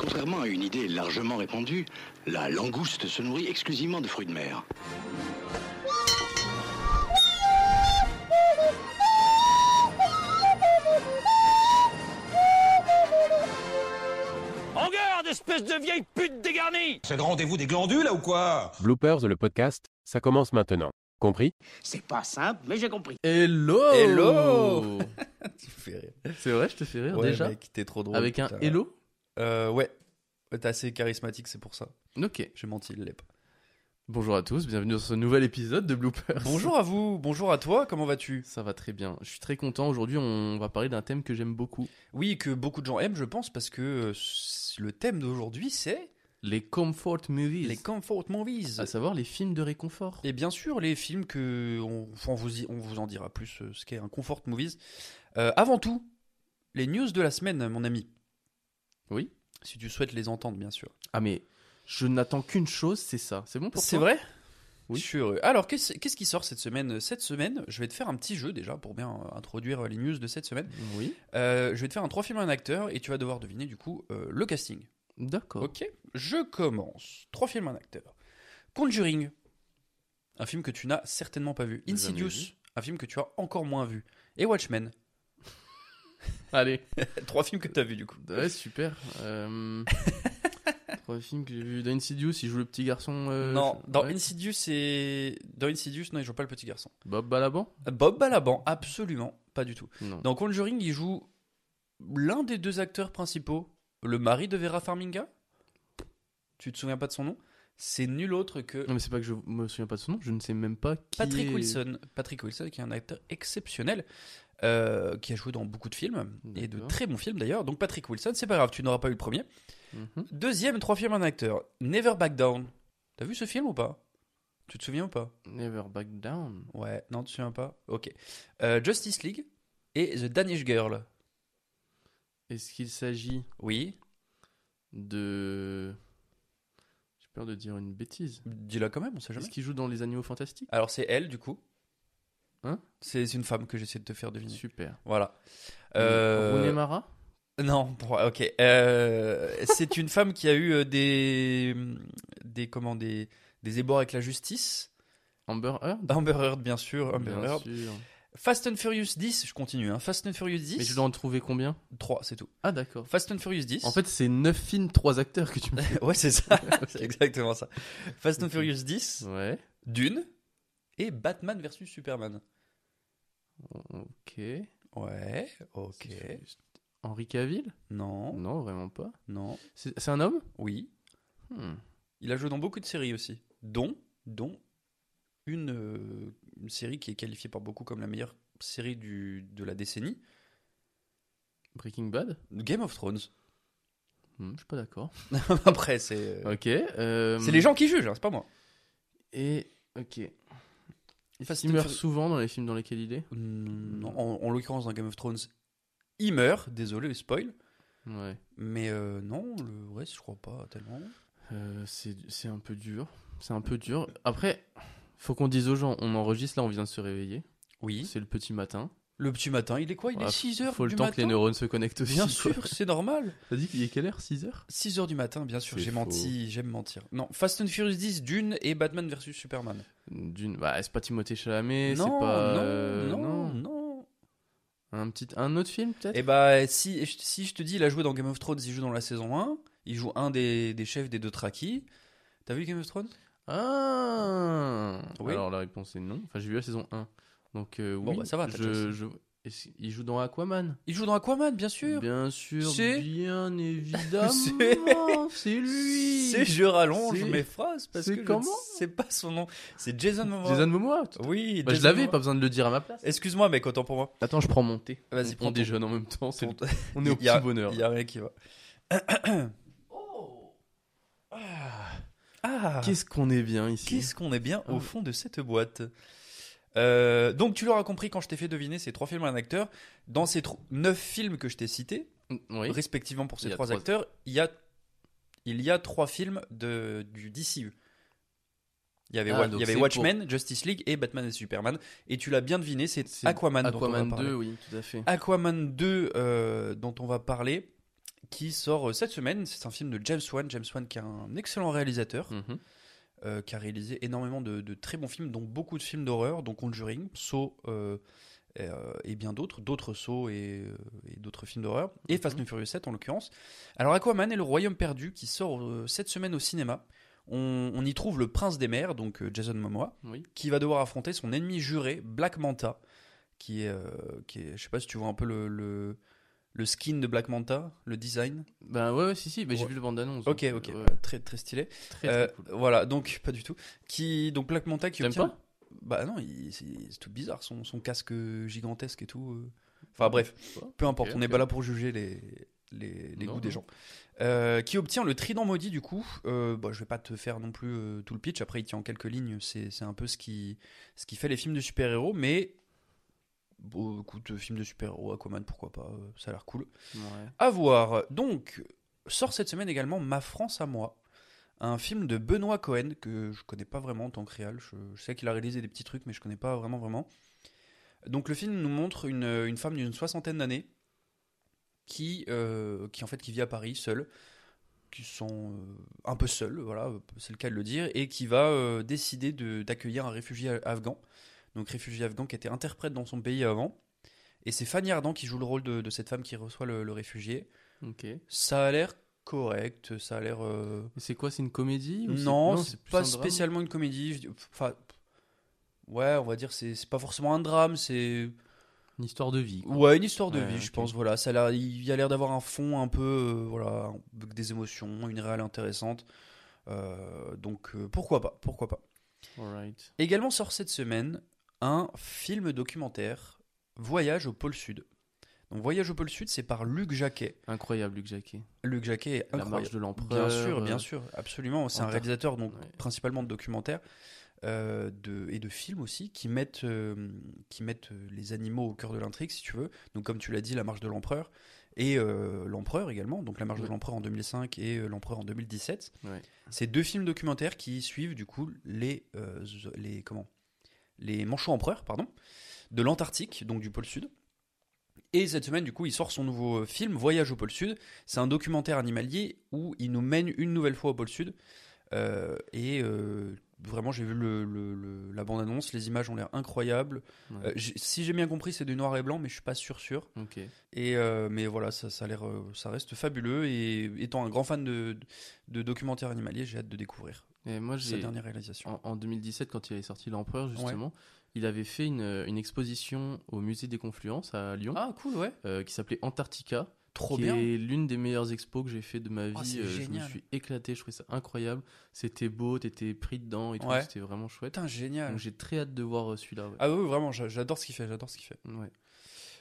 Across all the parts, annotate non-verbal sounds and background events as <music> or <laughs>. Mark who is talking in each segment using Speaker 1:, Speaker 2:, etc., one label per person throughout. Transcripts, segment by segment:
Speaker 1: Contrairement à une idée largement répandue, la langouste se nourrit exclusivement de fruits de mer.
Speaker 2: En garde, espèce de vieille pute dégarnie
Speaker 3: C'est le rendez-vous des glandules, là, ou quoi
Speaker 4: Bloopers, le podcast, ça commence maintenant. Compris
Speaker 2: C'est pas simple, mais j'ai compris.
Speaker 5: Hello
Speaker 6: Hello
Speaker 5: Oh. <laughs> Tu me fais rire.
Speaker 6: C'est vrai, je te fais rire
Speaker 5: Ouais,
Speaker 6: déjà
Speaker 5: mec, t'es trop drôle.
Speaker 6: Avec un
Speaker 5: putain.
Speaker 6: hello
Speaker 5: Euh, ouais. Ouais, T'es assez charismatique, c'est pour ça.
Speaker 6: Ok.
Speaker 5: J'ai menti, il l'est
Speaker 6: <laughs>
Speaker 5: pas.
Speaker 6: Bonjour à tous, bienvenue dans ce nouvel épisode de Bloopers.
Speaker 5: Bonjour à vous, bonjour à toi, comment vas-tu
Speaker 6: <laughs> Ça va très bien. Je suis très content. Aujourd'hui, on va parler d'un thème que j'aime beaucoup
Speaker 5: Oui, que beaucoup de gens aiment, je pense, parce que euh, c- le thème d'aujourd'hui, c'est
Speaker 6: les comfort movies.
Speaker 5: les comfort movies.
Speaker 6: à savoir les films de réconfort.
Speaker 5: Et bien sûr, les films que. On, on vous, y- on vous en dira plus euh, ce qu'est un comfort movies. Euh, avant tout, les news de la semaine, mon ami.
Speaker 6: Oui.
Speaker 5: Si tu souhaites les entendre, bien sûr.
Speaker 6: Ah, mais je n'attends qu'une chose, c'est ça. C'est bon pour toi
Speaker 5: C'est vrai
Speaker 6: Oui.
Speaker 5: Je suis heureux. euh, Alors, qu'est-ce qu'est-ce qui sort cette semaine euh, Cette semaine, je vais te faire un petit jeu déjà pour bien euh, introduire euh, les news de cette semaine.
Speaker 6: Oui.
Speaker 5: Euh, je vais te faire un trois films et un acteur et tu vas devoir deviner du coup euh, le casting.
Speaker 6: D'accord.
Speaker 5: Ok Je commence. Trois films et un acteur. Conjuring, un film que tu n'as certainement pas vu.
Speaker 6: Jamais
Speaker 5: Insidious,
Speaker 6: vu.
Speaker 5: un film que tu as encore moins vu. Et Watchmen,
Speaker 6: Allez.
Speaker 5: <laughs> trois films que tu as vu du coup.
Speaker 6: Ouais, super.
Speaker 5: <laughs>
Speaker 6: Euh, Trois films que j'ai vus. Dans Insidious, il joue le petit garçon. euh,
Speaker 5: non,
Speaker 6: je-
Speaker 5: dans
Speaker 6: ouais.
Speaker 5: Insidious et dans Insidious, non, il joue pas le petit garçon.
Speaker 6: Bob Balaban
Speaker 5: Bob Balaban, absolument pas du tout.
Speaker 6: Non.
Speaker 5: Dans Conjuring, il joue l'un des deux acteurs principaux, le mari de Vera Farminga. Tu te souviens pas de son nom C'est nul autre que
Speaker 6: Non, mais c'est pas que je me souviens pas de son nom, je ne sais même pas qui.
Speaker 5: Patrick
Speaker 6: est-
Speaker 5: Wilson. Patrick Wilson, qui est un acteur exceptionnel, euh, qui a joué dans beaucoup de films, et de
Speaker 6: D'accord.
Speaker 5: très bons films d'ailleurs. Donc Patrick Wilson, c'est pas grave, tu n'auras pas eu le premier.
Speaker 6: Mhm.
Speaker 5: Deuxième, trois films, un acteur. Never Back Down. T'as vu ce film ou pas Tu te souviens ou pas
Speaker 6: Never Back Down.
Speaker 5: Ouais, non, tu te souviens pas Ok. Euh, Justice League et The Danish Girl.
Speaker 6: Est-ce qu'il s'agit
Speaker 5: Oui,
Speaker 6: de. J'ai peur de dire une bêtise.
Speaker 5: dis-la quand même, on sait jamais.
Speaker 6: Est-ce qu'il joue dans Les Animaux Fantastiques
Speaker 5: Alors c'est elle du coup.
Speaker 6: Hein
Speaker 5: C'est c'est une femme que j'essaie de te faire deviner.
Speaker 6: Super.
Speaker 5: Voilà. Euh,
Speaker 6: Rooney Mara
Speaker 5: Non, bon, ok. Euh, c'est une femme qui a eu euh, des des comment des des ébords avec la justice.
Speaker 6: Amber Heard
Speaker 5: Amber Heard bien sûr. Amber
Speaker 6: Bien
Speaker 5: Heard.
Speaker 6: sûr.
Speaker 5: Fast and Furious 10, je continue. Hein. Fast and Furious 10.
Speaker 6: Mais je dois en trouver combien
Speaker 5: 3, c'est tout.
Speaker 6: Ah, d'accord.
Speaker 5: Fast and Furious 10.
Speaker 6: En fait, c'est 9 films, 3 acteurs que tu me
Speaker 5: <laughs>
Speaker 6: fais.
Speaker 5: ouais, c'est ça.
Speaker 6: <laughs> Ok.
Speaker 5: c'est exactement ça. Fast and
Speaker 6: Ok.
Speaker 5: Furious 10,
Speaker 6: Ouais.
Speaker 5: Dune et Batman versus Superman.
Speaker 6: Ok.
Speaker 5: Ouais, ok.
Speaker 6: C'est juste- Henri Cavill
Speaker 5: Non,
Speaker 6: Non, vraiment pas.
Speaker 5: non.
Speaker 6: C'est c'est un homme
Speaker 5: Oui.
Speaker 6: Hmm.
Speaker 5: Il a joué dans beaucoup de séries aussi, dont, dont une, euh, une série qui est qualifiée par beaucoup comme la meilleure série du, de la décennie,
Speaker 6: Breaking Bad
Speaker 5: Game of Thrones.
Speaker 6: Hmm, je suis pas d'accord.
Speaker 5: <laughs> Après, c'est.
Speaker 6: Ok. euh,
Speaker 5: C'est les gens qui jugent, hein, c'est pas moi.
Speaker 6: Et. Ok.
Speaker 5: Fast
Speaker 6: il
Speaker 5: and
Speaker 6: meurt
Speaker 5: Furious-
Speaker 6: souvent dans les films dans lesquels il est
Speaker 5: Hmm, en, en l'occurrence, dans Game of Thrones, il meurt, désolé, spoil.
Speaker 6: Ouais.
Speaker 5: Mais euh, non, le reste, je crois pas tellement.
Speaker 6: Euh, c'est c'est un peu dur. C'est un peu dur. Après, faut qu'on dise aux gens on enregistre là, on vient de se réveiller.
Speaker 5: Oui.
Speaker 6: C'est le petit matin.
Speaker 5: Le petit matin, il est quoi Il
Speaker 6: Ouais,
Speaker 5: est 6 heures
Speaker 6: Faut
Speaker 5: du
Speaker 6: le temps
Speaker 5: matin
Speaker 6: que les neurones se connectent aussi.
Speaker 5: Bien
Speaker 6: quoi.
Speaker 5: sûr, c'est normal.
Speaker 6: T'as dit qu'il est quelle heure 6 heures
Speaker 5: 6 heures du matin, bien sûr,
Speaker 6: C'est
Speaker 5: j'ai
Speaker 6: faux.
Speaker 5: menti, j'aime mentir. Non, Fast and Furious 10, Dune et Batman versus Superman.
Speaker 6: D'une. Bah, c'est pas Timothée Chalamet, c'est
Speaker 5: non,
Speaker 6: pas.
Speaker 5: non,
Speaker 6: euh,
Speaker 5: non,
Speaker 6: non.
Speaker 5: non.
Speaker 6: Un, petit... un autre film peut-être
Speaker 5: Et bah, si, si je te dis, il a joué dans Game of Thrones, il joue dans la saison 1, il joue un des, des chefs des deux Traki. T'as vu Game of Thrones
Speaker 6: Ah
Speaker 5: Oui.
Speaker 6: Alors la réponse est non. Enfin, j'ai vu la saison 1. Donc euh,
Speaker 5: Bon,
Speaker 6: oui,
Speaker 5: bah, ça va, t'as
Speaker 6: je, je... est-ce- Il joue dans Aquaman
Speaker 5: Il joue dans Aquaman, bien sûr.
Speaker 6: Bien sûr,
Speaker 5: <laughs> C'est-
Speaker 6: bien
Speaker 5: <laughs>
Speaker 6: évidemment, c'est lui
Speaker 5: C'est je rallonge
Speaker 6: C'est-
Speaker 5: mes phrases parce
Speaker 6: c'est
Speaker 5: que
Speaker 6: comment
Speaker 5: c'est pas son nom. C'est Jason Momoa.
Speaker 6: Jason Momoa putain.
Speaker 5: Oui,
Speaker 6: Bah, Je
Speaker 5: Jason
Speaker 6: l'avais,
Speaker 5: Momoa.
Speaker 6: pas besoin de le dire à ma place.
Speaker 5: Excuse-moi, mec, autant pour moi.
Speaker 6: Attends, je prends mon thé.
Speaker 5: Vas-y,
Speaker 6: On-
Speaker 5: prends
Speaker 6: On
Speaker 5: ton-
Speaker 6: déjeune en même temps, c'est le-
Speaker 5: Ton-
Speaker 6: on est au
Speaker 5: Il y a-
Speaker 6: petit bonheur.
Speaker 5: Il y a rien qui
Speaker 6: <coughs>
Speaker 5: va. <coughs> Ah.
Speaker 6: Qu'est-ce qu'on est bien ici
Speaker 5: Qu'est-ce qu'on est bien
Speaker 6: Ah
Speaker 5: au fond de cette boîte Euh, donc tu l'auras compris quand je t'ai fait deviner ces trois films à un acteur. Dans ces tro- neuf films que je t'ai cités,
Speaker 6: Mm, Oui.
Speaker 5: respectivement pour
Speaker 6: Il
Speaker 5: ces
Speaker 6: y a
Speaker 5: trois,
Speaker 6: trois-
Speaker 5: acteurs, il y a il y a trois films de du DCU. Il y avait,
Speaker 6: Ah,
Speaker 5: Wa- il
Speaker 6: donc
Speaker 5: y avait
Speaker 6: c'est
Speaker 5: Watchmen, Justice League et Batman et Superman. Et tu l'as bien deviné, c'est
Speaker 6: C'est
Speaker 5: Aquaman. dont on va
Speaker 6: Aquaman
Speaker 5: parler.
Speaker 6: 2, oui, tout à fait.
Speaker 5: Aquaman 2 euh, dont on va parler, qui sort euh, cette semaine. C'est un film de James Wan. James Wan qui est un excellent réalisateur,
Speaker 6: Mhm.
Speaker 5: euh, qui a réalisé énormément de, de très bons films, dont beaucoup de films d'horreur, dont Conjuring, Saw euh, et, euh, et bien d'autres, d'autres Saw et, euh, et d'autres films d'horreur, et
Speaker 6: Mhm.
Speaker 5: Fast and Furious 7 en l'occurrence. Alors Aquaman et le Royaume perdu qui sort euh, cette semaine au cinéma. On, on y trouve le prince des mers, donc euh, Jason Momoa,
Speaker 6: Oui.
Speaker 5: qui va devoir affronter son ennemi juré, Black Manta, qui est, euh, qui est je sais pas si tu vois un peu le, le, le skin de Black Manta, le design.
Speaker 6: Bah ouais, ouais, si, si, bah, j'ai
Speaker 5: Ouais.
Speaker 6: vu le bande-annonce.
Speaker 5: Ok,
Speaker 6: donc,
Speaker 5: ok,
Speaker 6: euh, ouais,
Speaker 5: très très stylé.
Speaker 6: Très, très
Speaker 5: Euh,
Speaker 6: cool.
Speaker 5: Voilà, donc pas du tout. Qui donc Black Manta qui
Speaker 6: T'aimes
Speaker 5: obtient.
Speaker 6: pas
Speaker 5: bah non, il- c'est c'est tout bizarre, son, son casque gigantesque et tout. euh. Enfin bref, peu importe,
Speaker 6: Ok,
Speaker 5: on n'est
Speaker 6: ok.
Speaker 5: pas là pour juger les, les, les
Speaker 6: Non,
Speaker 5: goûts des
Speaker 6: non.
Speaker 5: gens. Euh, qui obtient le trident maudit du coup. Euh, bah, je vais pas te faire non plus euh, tout le pitch, après il tient en quelques lignes, c'est c'est un peu ce qui, ce qui fait les films de super-héros, mais bon, écoute, film de super-héros, Aquaman, pourquoi pas, euh, ça a l'air cool.
Speaker 6: Ouais.
Speaker 5: À voir. Donc, sort cette semaine également Ma France à moi, un film de Benoît Cohen que je connais pas vraiment en tant que réal. Je, je sais qu'il a réalisé des petits trucs, mais je connais pas vraiment vraiment. Donc le film nous montre une, une femme d'une soixantaine d'années qui, euh, qui en fait qui vit à Paris seule, qui sont euh, un peu seule, voilà, euh, c'est le cas de le dire, et qui va euh, décider de- d'accueillir un réfugié a- afghan. Donc réfugié afghan qui était interprète dans son pays avant. Et c'est Fanny Ardant qui joue le rôle de, de cette femme qui reçoit le, le réfugié.
Speaker 6: Ok. Et
Speaker 5: Ça a l'air correct, ça a l'air... euh,
Speaker 6: C'est quoi, c'est une comédie ou c'est-
Speaker 5: non, c'est
Speaker 6: plus un
Speaker 5: pas
Speaker 6: drame
Speaker 5: spécialement une comédie. je dis- Enfin, ouais, on va dire c'est c'est pas forcément un drame, c'est
Speaker 6: Une histoire de vie. quoi.
Speaker 5: ouais une histoire de
Speaker 6: Ouais,
Speaker 5: vie, je
Speaker 6: ok.
Speaker 5: pense. Voilà, ça a l'air- il y a l'air d'avoir un fond un peu, euh, voilà, avec des émotions, une réelle intéressante. Euh, donc euh, pourquoi pas, pourquoi pas.
Speaker 6: Alright.
Speaker 5: Également sort cette semaine un film documentaire Voyage au pôle Sud. Donc Voyage au pôle Sud, c'est par Luc Jacquet.
Speaker 6: Incroyable, Luc Jacquet.
Speaker 5: Luc Jacquet est
Speaker 6: La marche
Speaker 5: incroyable.
Speaker 6: de l'empereur.
Speaker 5: Bien sûr,
Speaker 6: euh,
Speaker 5: bien sûr, absolument. C'est un
Speaker 6: Antar-
Speaker 5: réalisateur donc
Speaker 6: Ouais.
Speaker 5: principalement de documentaires euh, de, et de films aussi qui mettent, euh, qui mettent euh, les animaux au cœur de l'intrigue, si tu veux. Donc comme tu l'as dit, la marche de l'empereur et euh, l'empereur également. Donc la marche de
Speaker 6: Ouais.
Speaker 5: l'empereur en 2005 et euh, l'empereur en 2017.
Speaker 6: Ouais.
Speaker 5: C'est deux films documentaires qui suivent du coup les euh, zo- les comment les manchots empereurs pardon de l'Antarctique donc du pôle sud. Et cette semaine, du coup, il sort son nouveau euh, film Voyage au pôle Sud. C'est un documentaire animalier où il nous mène une nouvelle fois au pôle Sud. Euh, et euh, vraiment, j'ai vu le- le- le- la bande-annonce, les images ont l'air incroyables.
Speaker 6: Ouais.
Speaker 5: Euh, j'ai- si j'ai bien compris, c'est du noir et blanc, mais je suis pas sûr sûr.
Speaker 6: Ok.
Speaker 5: Et euh, mais voilà, ça, ça a l'air, euh, ça reste fabuleux. Et étant un grand fan de, de documentaires animaliers, j'ai hâte de découvrir
Speaker 6: Et moi,
Speaker 5: sa
Speaker 6: Ah, j'ai.
Speaker 5: dernière réalisation.
Speaker 6: En, en 2017, quand il avait sorti L'Empereur, justement, il avait fait une, une exposition au musée des Confluences à Lyon
Speaker 5: Ah cool, ouais.
Speaker 6: euh, qui s'appelait Antarctica.
Speaker 5: Trop
Speaker 6: qui
Speaker 5: bien.
Speaker 6: est l'une des meilleures expos que j'ai fait de ma vie.
Speaker 5: Oh, c'est
Speaker 6: Euh, je me
Speaker 5: génial.
Speaker 6: suis éclaté, je trouvais ça incroyable. C'était beau, t'étais pris dedans et tout,
Speaker 5: Ouais.
Speaker 6: c'était vraiment chouette.
Speaker 5: Putain, génial.
Speaker 6: Donc j'ai très hâte de voir euh, celui-là. ouais.
Speaker 5: Ah oui, vraiment, j'a- j'adore ce qu'il fait, j'adore ce qu'il fait.
Speaker 6: Ouais.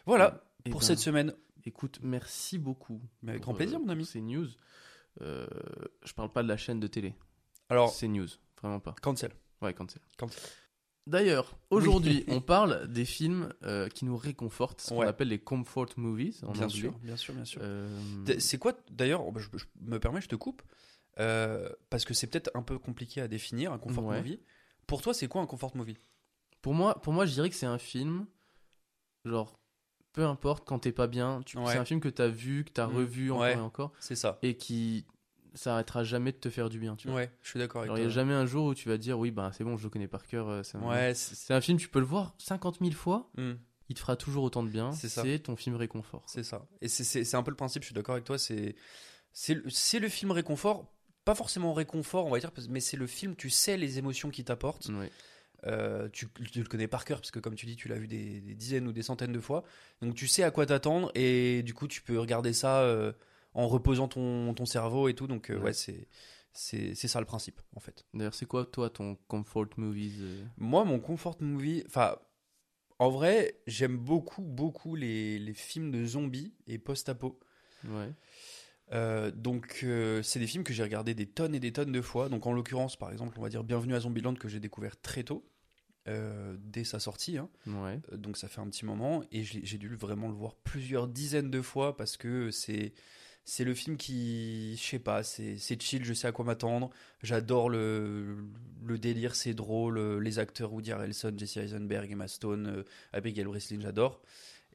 Speaker 5: Voilà
Speaker 6: Et
Speaker 5: pour
Speaker 6: ben,
Speaker 5: cette semaine.
Speaker 6: Écoute, merci beaucoup.
Speaker 5: Mais avec
Speaker 6: pour,
Speaker 5: grand plaisir, mon ami.
Speaker 6: pour Ces news. Euh, je parle pas de la chaîne de télé.
Speaker 5: Alors.
Speaker 6: C'est news, vraiment pas.
Speaker 5: Cancel.
Speaker 6: Ouais, cancel.
Speaker 5: Cancel.
Speaker 6: D'ailleurs, aujourd'hui, on parle des films euh, qui nous réconfortent, ce qu'on
Speaker 5: Ouais.
Speaker 6: appelle les comfort movies. En
Speaker 5: Bien
Speaker 6: anglais.
Speaker 5: sûr, bien sûr, bien sûr.
Speaker 6: Euh,
Speaker 5: T'es- C'est quoi, d'ailleurs, oh, bah, je, je me permets, je te coupe, euh, parce que c'est peut-être un peu compliqué à définir, un comfort
Speaker 6: Ouais.
Speaker 5: movie. Pour toi, c'est quoi un comfort movie
Speaker 6: pour moi, pour moi, je dirais que c'est un film, genre, peu importe quand t'es pas bien, tu-
Speaker 5: Ouais.
Speaker 6: c'est un film que t'as vu, que t'as
Speaker 5: Mm.
Speaker 6: revu encore
Speaker 5: Ouais.
Speaker 6: et encore,
Speaker 5: C'est ça.
Speaker 6: et qui s'arrêtera jamais de te faire du bien. Tu vois.
Speaker 5: Ouais, je suis d'accord avec
Speaker 6: Alors, il n'y a
Speaker 5: toi.
Speaker 6: jamais un jour où tu vas dire, oui, bah, c'est bon, je le connais par cœur. euh, ça m'a-
Speaker 5: Ouais, c'est
Speaker 6: C'est un film, tu peux le voir 50 000 fois,
Speaker 5: hmm,
Speaker 6: il te fera toujours autant de bien.
Speaker 5: C'est ça.
Speaker 6: C'est ton film réconfort.
Speaker 5: c'est ça. Et c'est- c'est c'est un peu le principe, je suis d'accord avec toi. C'est c'est le c'est le film réconfort, pas forcément réconfort, on va dire, parce- mais c'est le film, tu sais les émotions qu'il t'apporte.
Speaker 6: Ouais.
Speaker 5: Euh, tu, tu le connais par cœur parce que comme tu dis tu l'as vu des, des dizaines ou des centaines de fois donc tu sais à quoi t'attendre et du coup tu peux regarder ça euh, en reposant ton, ton cerveau et tout donc euh,
Speaker 6: Ouais.
Speaker 5: ouais, c'est c'est c'est ça le principe en fait
Speaker 6: D'ailleurs, c'est quoi, toi, ton comfort movies euh,
Speaker 5: moi mon comfort movie enfin en vrai j'aime beaucoup beaucoup les, les films de zombies et post-apo
Speaker 6: Ouais.
Speaker 5: Euh, donc euh, c'est des films que j'ai regardé des tonnes et des tonnes de fois. Donc en l'occurrence, par exemple, on va dire Bienvenue à Zombieland que j'ai découvert très tôt, euh, dès sa sortie. hein.
Speaker 6: Ouais.
Speaker 5: Euh, donc ça fait un petit moment et je l'ai- j'ai dû le- vraiment le voir plusieurs dizaines de fois parce que c'est c'est le film qui je sais pas c'est c'est chill je sais à quoi m'attendre j'adore le le délire c'est drôle euh, les acteurs Woody Harrelson Jesse Eisenberg Emma Stone euh, Abigail Breslin j'adore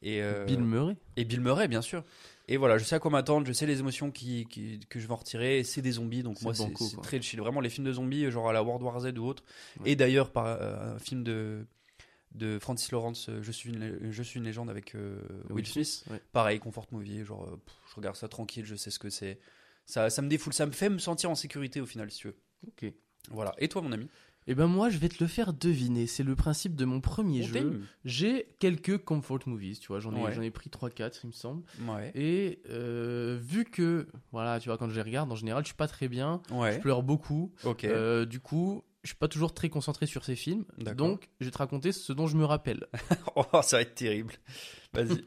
Speaker 5: et euh,
Speaker 6: Bill Murray.
Speaker 5: et Bill Murray bien sûr et voilà je sais à quoi m'attendre je sais les émotions qui, qui- que je vais en retirer et c'est des zombies donc
Speaker 6: C'est
Speaker 5: moi c'est
Speaker 6: banco,
Speaker 5: c'est
Speaker 6: quoi.
Speaker 5: très chill vraiment les films de zombies genre à la World War Z ou autre
Speaker 6: Ouais.
Speaker 5: et d'ailleurs par euh, un film de de Francis Lawrence, euh, Je suis une, lé- je suis une légende avec euh, Will Smith.
Speaker 6: Ouais.
Speaker 5: Pareil, comfort movie, genre euh, pff, je regarde ça tranquille, je sais ce que c'est. Ça, ça me défoule, ça me fait me sentir en sécurité au final, si tu veux.
Speaker 6: Ok.
Speaker 5: Voilà. Et toi, mon ami
Speaker 6: Eh ben moi, je vais te le faire deviner. C'est le principe de mon premier
Speaker 5: On
Speaker 6: jeu.
Speaker 5: t'aime
Speaker 6: J'ai quelques comfort movies, tu vois. J'en ai,
Speaker 5: Ouais.
Speaker 6: j'en ai pris 3-4, il me semble.
Speaker 5: Ouais.
Speaker 6: Et euh, vu que, voilà, tu vois, quand je les regarde, en général, je suis pas très bien. Je
Speaker 5: Ouais.
Speaker 6: pleure beaucoup.
Speaker 5: Ok.
Speaker 6: Euh, du coup, je suis pas toujours très concentré sur ces films.
Speaker 5: D'accord.
Speaker 6: Donc, je vais te raconter ce dont je me rappelle.
Speaker 5: <laughs> Oh, ça va être terrible. Vas-y.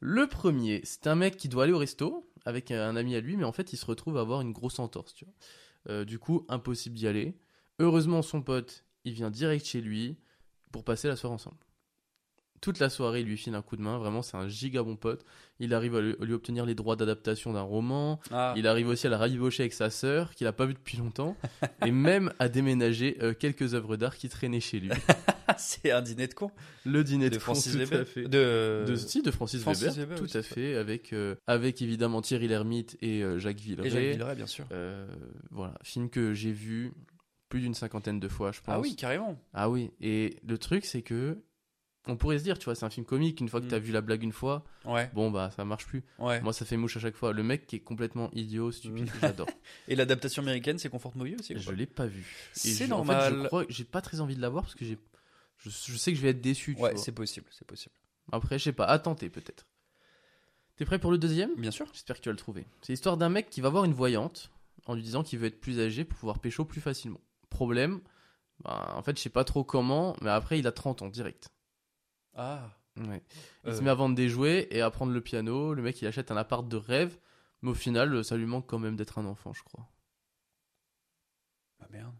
Speaker 6: Le premier, c'est un mec qui doit aller au resto avec un ami à lui, mais en fait, il se retrouve à avoir une grosse entorse, tu vois. Euh, du coup, impossible d'y aller. Heureusement, son pote, il vient direct chez lui pour passer la soirée ensemble. Toute la soirée, il lui file un coup de main. Vraiment, c'est un giga bon pote. Il arrive à lui, à lui obtenir les droits d'adaptation d'un roman.
Speaker 5: Ah,
Speaker 6: <laughs> Il arrive aussi à la rabibocher avec sa sœur, qu'il n'a pas vue depuis longtemps.
Speaker 5: <laughs>
Speaker 6: et même à déménager euh, quelques œuvres d'art qui traînaient chez lui.
Speaker 5: Ah, <laughs> c'est un dîner de con.
Speaker 6: Le dîner de,
Speaker 5: De
Speaker 6: con,
Speaker 5: Francis
Speaker 6: tout
Speaker 5: Weber.
Speaker 6: à fait.
Speaker 5: De.
Speaker 6: De, si, de Francis,
Speaker 5: Francis
Speaker 6: Weber,
Speaker 5: Weber,
Speaker 6: tout
Speaker 5: oui, c'est
Speaker 6: à
Speaker 5: ça.
Speaker 6: fait, avec, euh, avec évidemment Thierry Lhermitte et euh, Jacques Villeray.
Speaker 5: Et Jacques Villeray, bien sûr.
Speaker 6: Euh, voilà, film que j'ai vu plus d'une cinquantaine de fois, je pense.
Speaker 5: Ah oui, carrément.
Speaker 6: Ah oui, et le truc, c'est que on pourrait se dire, tu vois, c'est un film comique, une fois que
Speaker 5: Mm.
Speaker 6: t'as vu la blague une fois,
Speaker 5: Ouais.
Speaker 6: bon bah ça marche plus.
Speaker 5: Ouais. Mm.
Speaker 6: Moi ça fait mouche à chaque fois. Le mec qui est complètement idiot, stupide,
Speaker 5: <laughs>
Speaker 6: j'adore.
Speaker 5: Et l'adaptation américaine, c'est Comfort Movie aussi ou
Speaker 6: Je
Speaker 5: pas
Speaker 6: l'ai pas vu. Et
Speaker 5: C'est
Speaker 6: je- en fait,
Speaker 5: normal.
Speaker 6: je crois que j'ai pas très envie de la voir parce que j'ai. Je, je sais que je vais être déçu. tu
Speaker 5: Ouais,
Speaker 6: vois.
Speaker 5: c'est possible, c'est possible.
Speaker 6: Après, je sais pas, à tenter peut-être. T'es prêt pour le deuxième
Speaker 5: Bien sûr.
Speaker 6: J'espère que tu vas le trouver. C'est l'histoire d'un mec qui va voir une voyante en lui disant qu'il veut être plus âgé pour pouvoir pécho plus facilement. Problème, bah, en fait, je sais pas trop comment, mais après, il a 30 ans direct.
Speaker 5: Ah.
Speaker 6: Ouais. Il
Speaker 5: Euh.
Speaker 6: se met à vendre des jouets et à prendre le piano. Le mec, il achète un appart de rêve, mais au final, ça lui manque quand même d'être un enfant, je crois.
Speaker 5: Bah merde.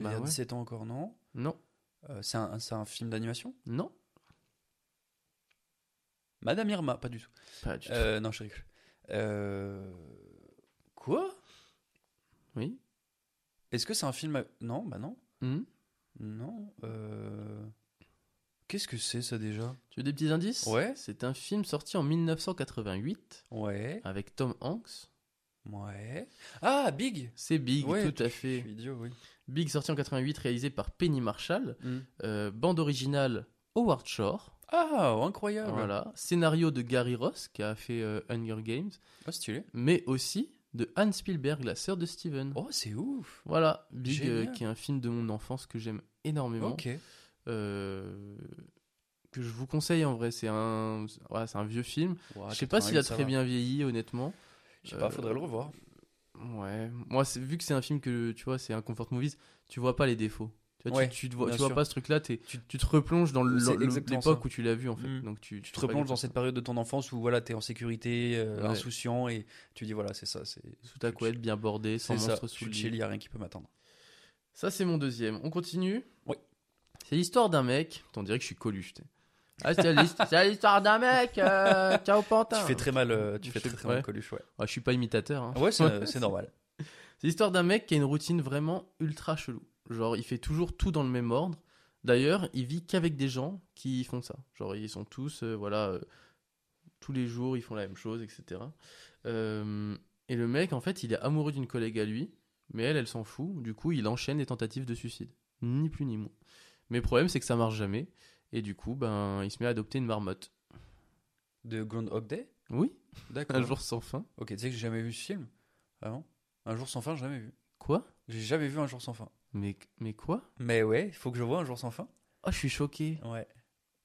Speaker 6: Bah
Speaker 5: Bah
Speaker 6: ouais.
Speaker 5: 17 ans encore, non
Speaker 6: Non,
Speaker 5: Euh, C'est un, c'est un film d'animation
Speaker 6: non,
Speaker 5: Madame Irma, pas du tout.
Speaker 6: pas du tout.
Speaker 5: Euh, non, je rigole. Euh, Quoi
Speaker 6: Oui.
Speaker 5: Est-ce que c'est un film... à- Non, bah non.
Speaker 6: Hum.
Speaker 5: Non. euh, Qu'est-ce que c'est ça déjà
Speaker 6: Tu veux des petits indices
Speaker 5: Ouais.
Speaker 6: C'est un film sorti en 1988
Speaker 5: Ouais.
Speaker 6: avec Tom Hanks.
Speaker 5: Ouais. Ah, Big
Speaker 6: C'est Big,
Speaker 5: Ouais,
Speaker 6: tout à
Speaker 5: Je
Speaker 6: fait.
Speaker 5: suis idiot, oui.
Speaker 6: Big sorti en 88, réalisé par Penny Marshall.
Speaker 5: Hmm.
Speaker 6: Euh, bande originale Howard Shore.
Speaker 5: Ah, incroyable.
Speaker 6: Voilà. Scénario de Gary Ross, qui a fait euh, Hunger Games.
Speaker 5: Oh, stylé.
Speaker 6: Mais aussi de Anne Spielberg, la sœur de Steven.
Speaker 5: Oh, c'est ouf.
Speaker 6: Voilà. Big, euh,
Speaker 5: Génial.
Speaker 6: qui est un film de mon enfance que j'aime énormément.
Speaker 5: Ok.
Speaker 6: Euh, que je vous conseille en vrai. C'est un, voilà, c'est un vieux film.
Speaker 5: Ouah,
Speaker 6: je sais pas s'il a
Speaker 5: 88, ça
Speaker 6: très
Speaker 5: va.
Speaker 6: bien vieilli, honnêtement.
Speaker 5: Je sais pas,
Speaker 6: Euh,
Speaker 5: faudrait le revoir.
Speaker 6: Ouais. Moi, c'est- vu que c'est un film que, tu vois, c'est un comfort movies, tu vois pas les défauts. Tu Tu, vois, tu-
Speaker 5: Ouais,
Speaker 6: tu, te vois,
Speaker 5: bien
Speaker 6: tu vois
Speaker 5: sûr.
Speaker 6: pas ce truc-là, t'es- tu, te replonges dans le-
Speaker 5: C'est
Speaker 6: le-
Speaker 5: exactement
Speaker 6: l'époque
Speaker 5: ça.
Speaker 6: où tu l'as vu en fait.
Speaker 5: Mm.
Speaker 6: Donc tu,
Speaker 5: Tu te replonges dans cette période de ton enfance où voilà, tu es en sécurité, euh,
Speaker 6: Ouais.
Speaker 5: insouciant, et tu dis voilà, c'est ça, c'est
Speaker 6: Sous ta couette, bien bordée, sans
Speaker 5: c'est ça,
Speaker 6: monstre
Speaker 5: je
Speaker 6: sous le
Speaker 5: suis
Speaker 6: lit.
Speaker 5: chill, il a rien qui peut m'attendre.
Speaker 6: Ça, c'est mon deuxième. On continue
Speaker 5: Oui.
Speaker 6: C'est l'histoire d'un mec. Attends, On dirait que je suis Coluche. t'es. Ah, c'est l'hist- <laughs> c'est l'histoire d'un mec euh, qui a au
Speaker 5: Tu
Speaker 6: pantin.
Speaker 5: fais très mal, euh, tu
Speaker 6: Je
Speaker 5: fais
Speaker 6: sais
Speaker 5: très, très
Speaker 6: pas,
Speaker 5: mal
Speaker 6: ouais.
Speaker 5: Coluche, ouais. Ah
Speaker 6: Ouais, je suis pas imitateur. hein.
Speaker 5: Ouais, c'est
Speaker 6: <laughs>
Speaker 5: c'est normal.
Speaker 6: C'est l'histoire d'un mec qui a une routine vraiment ultra chelou. Genre, il fait toujours tout dans le même ordre. D'ailleurs, il vit qu'avec des gens qui font ça. Genre, ils sont tous, euh, voilà, euh, tous les jours, ils font la même chose, etc. Euh, et le mec, en fait, il est amoureux d'une collègue à lui, mais elle, elle s'en fout. Du coup, il enchaîne les tentatives de suicide. Ni plus ni moins. Mais le problème, c'est que ça marche jamais. Et du coup, ben, il se met à adopter une marmotte.
Speaker 5: De Groundhog Day
Speaker 6: Oui,
Speaker 5: D'accord.
Speaker 6: un jour sans fin.
Speaker 5: Ok, tu sais que j'ai jamais vu ce film Vraiment Un jour sans fin, jamais vu.
Speaker 6: Quoi
Speaker 5: J'ai jamais vu Un jour sans fin.
Speaker 6: mais, mais quoi
Speaker 5: Mais ouais, il faut que je vois Un jour sans fin.
Speaker 6: Oh, je suis choqué.
Speaker 5: Ouais.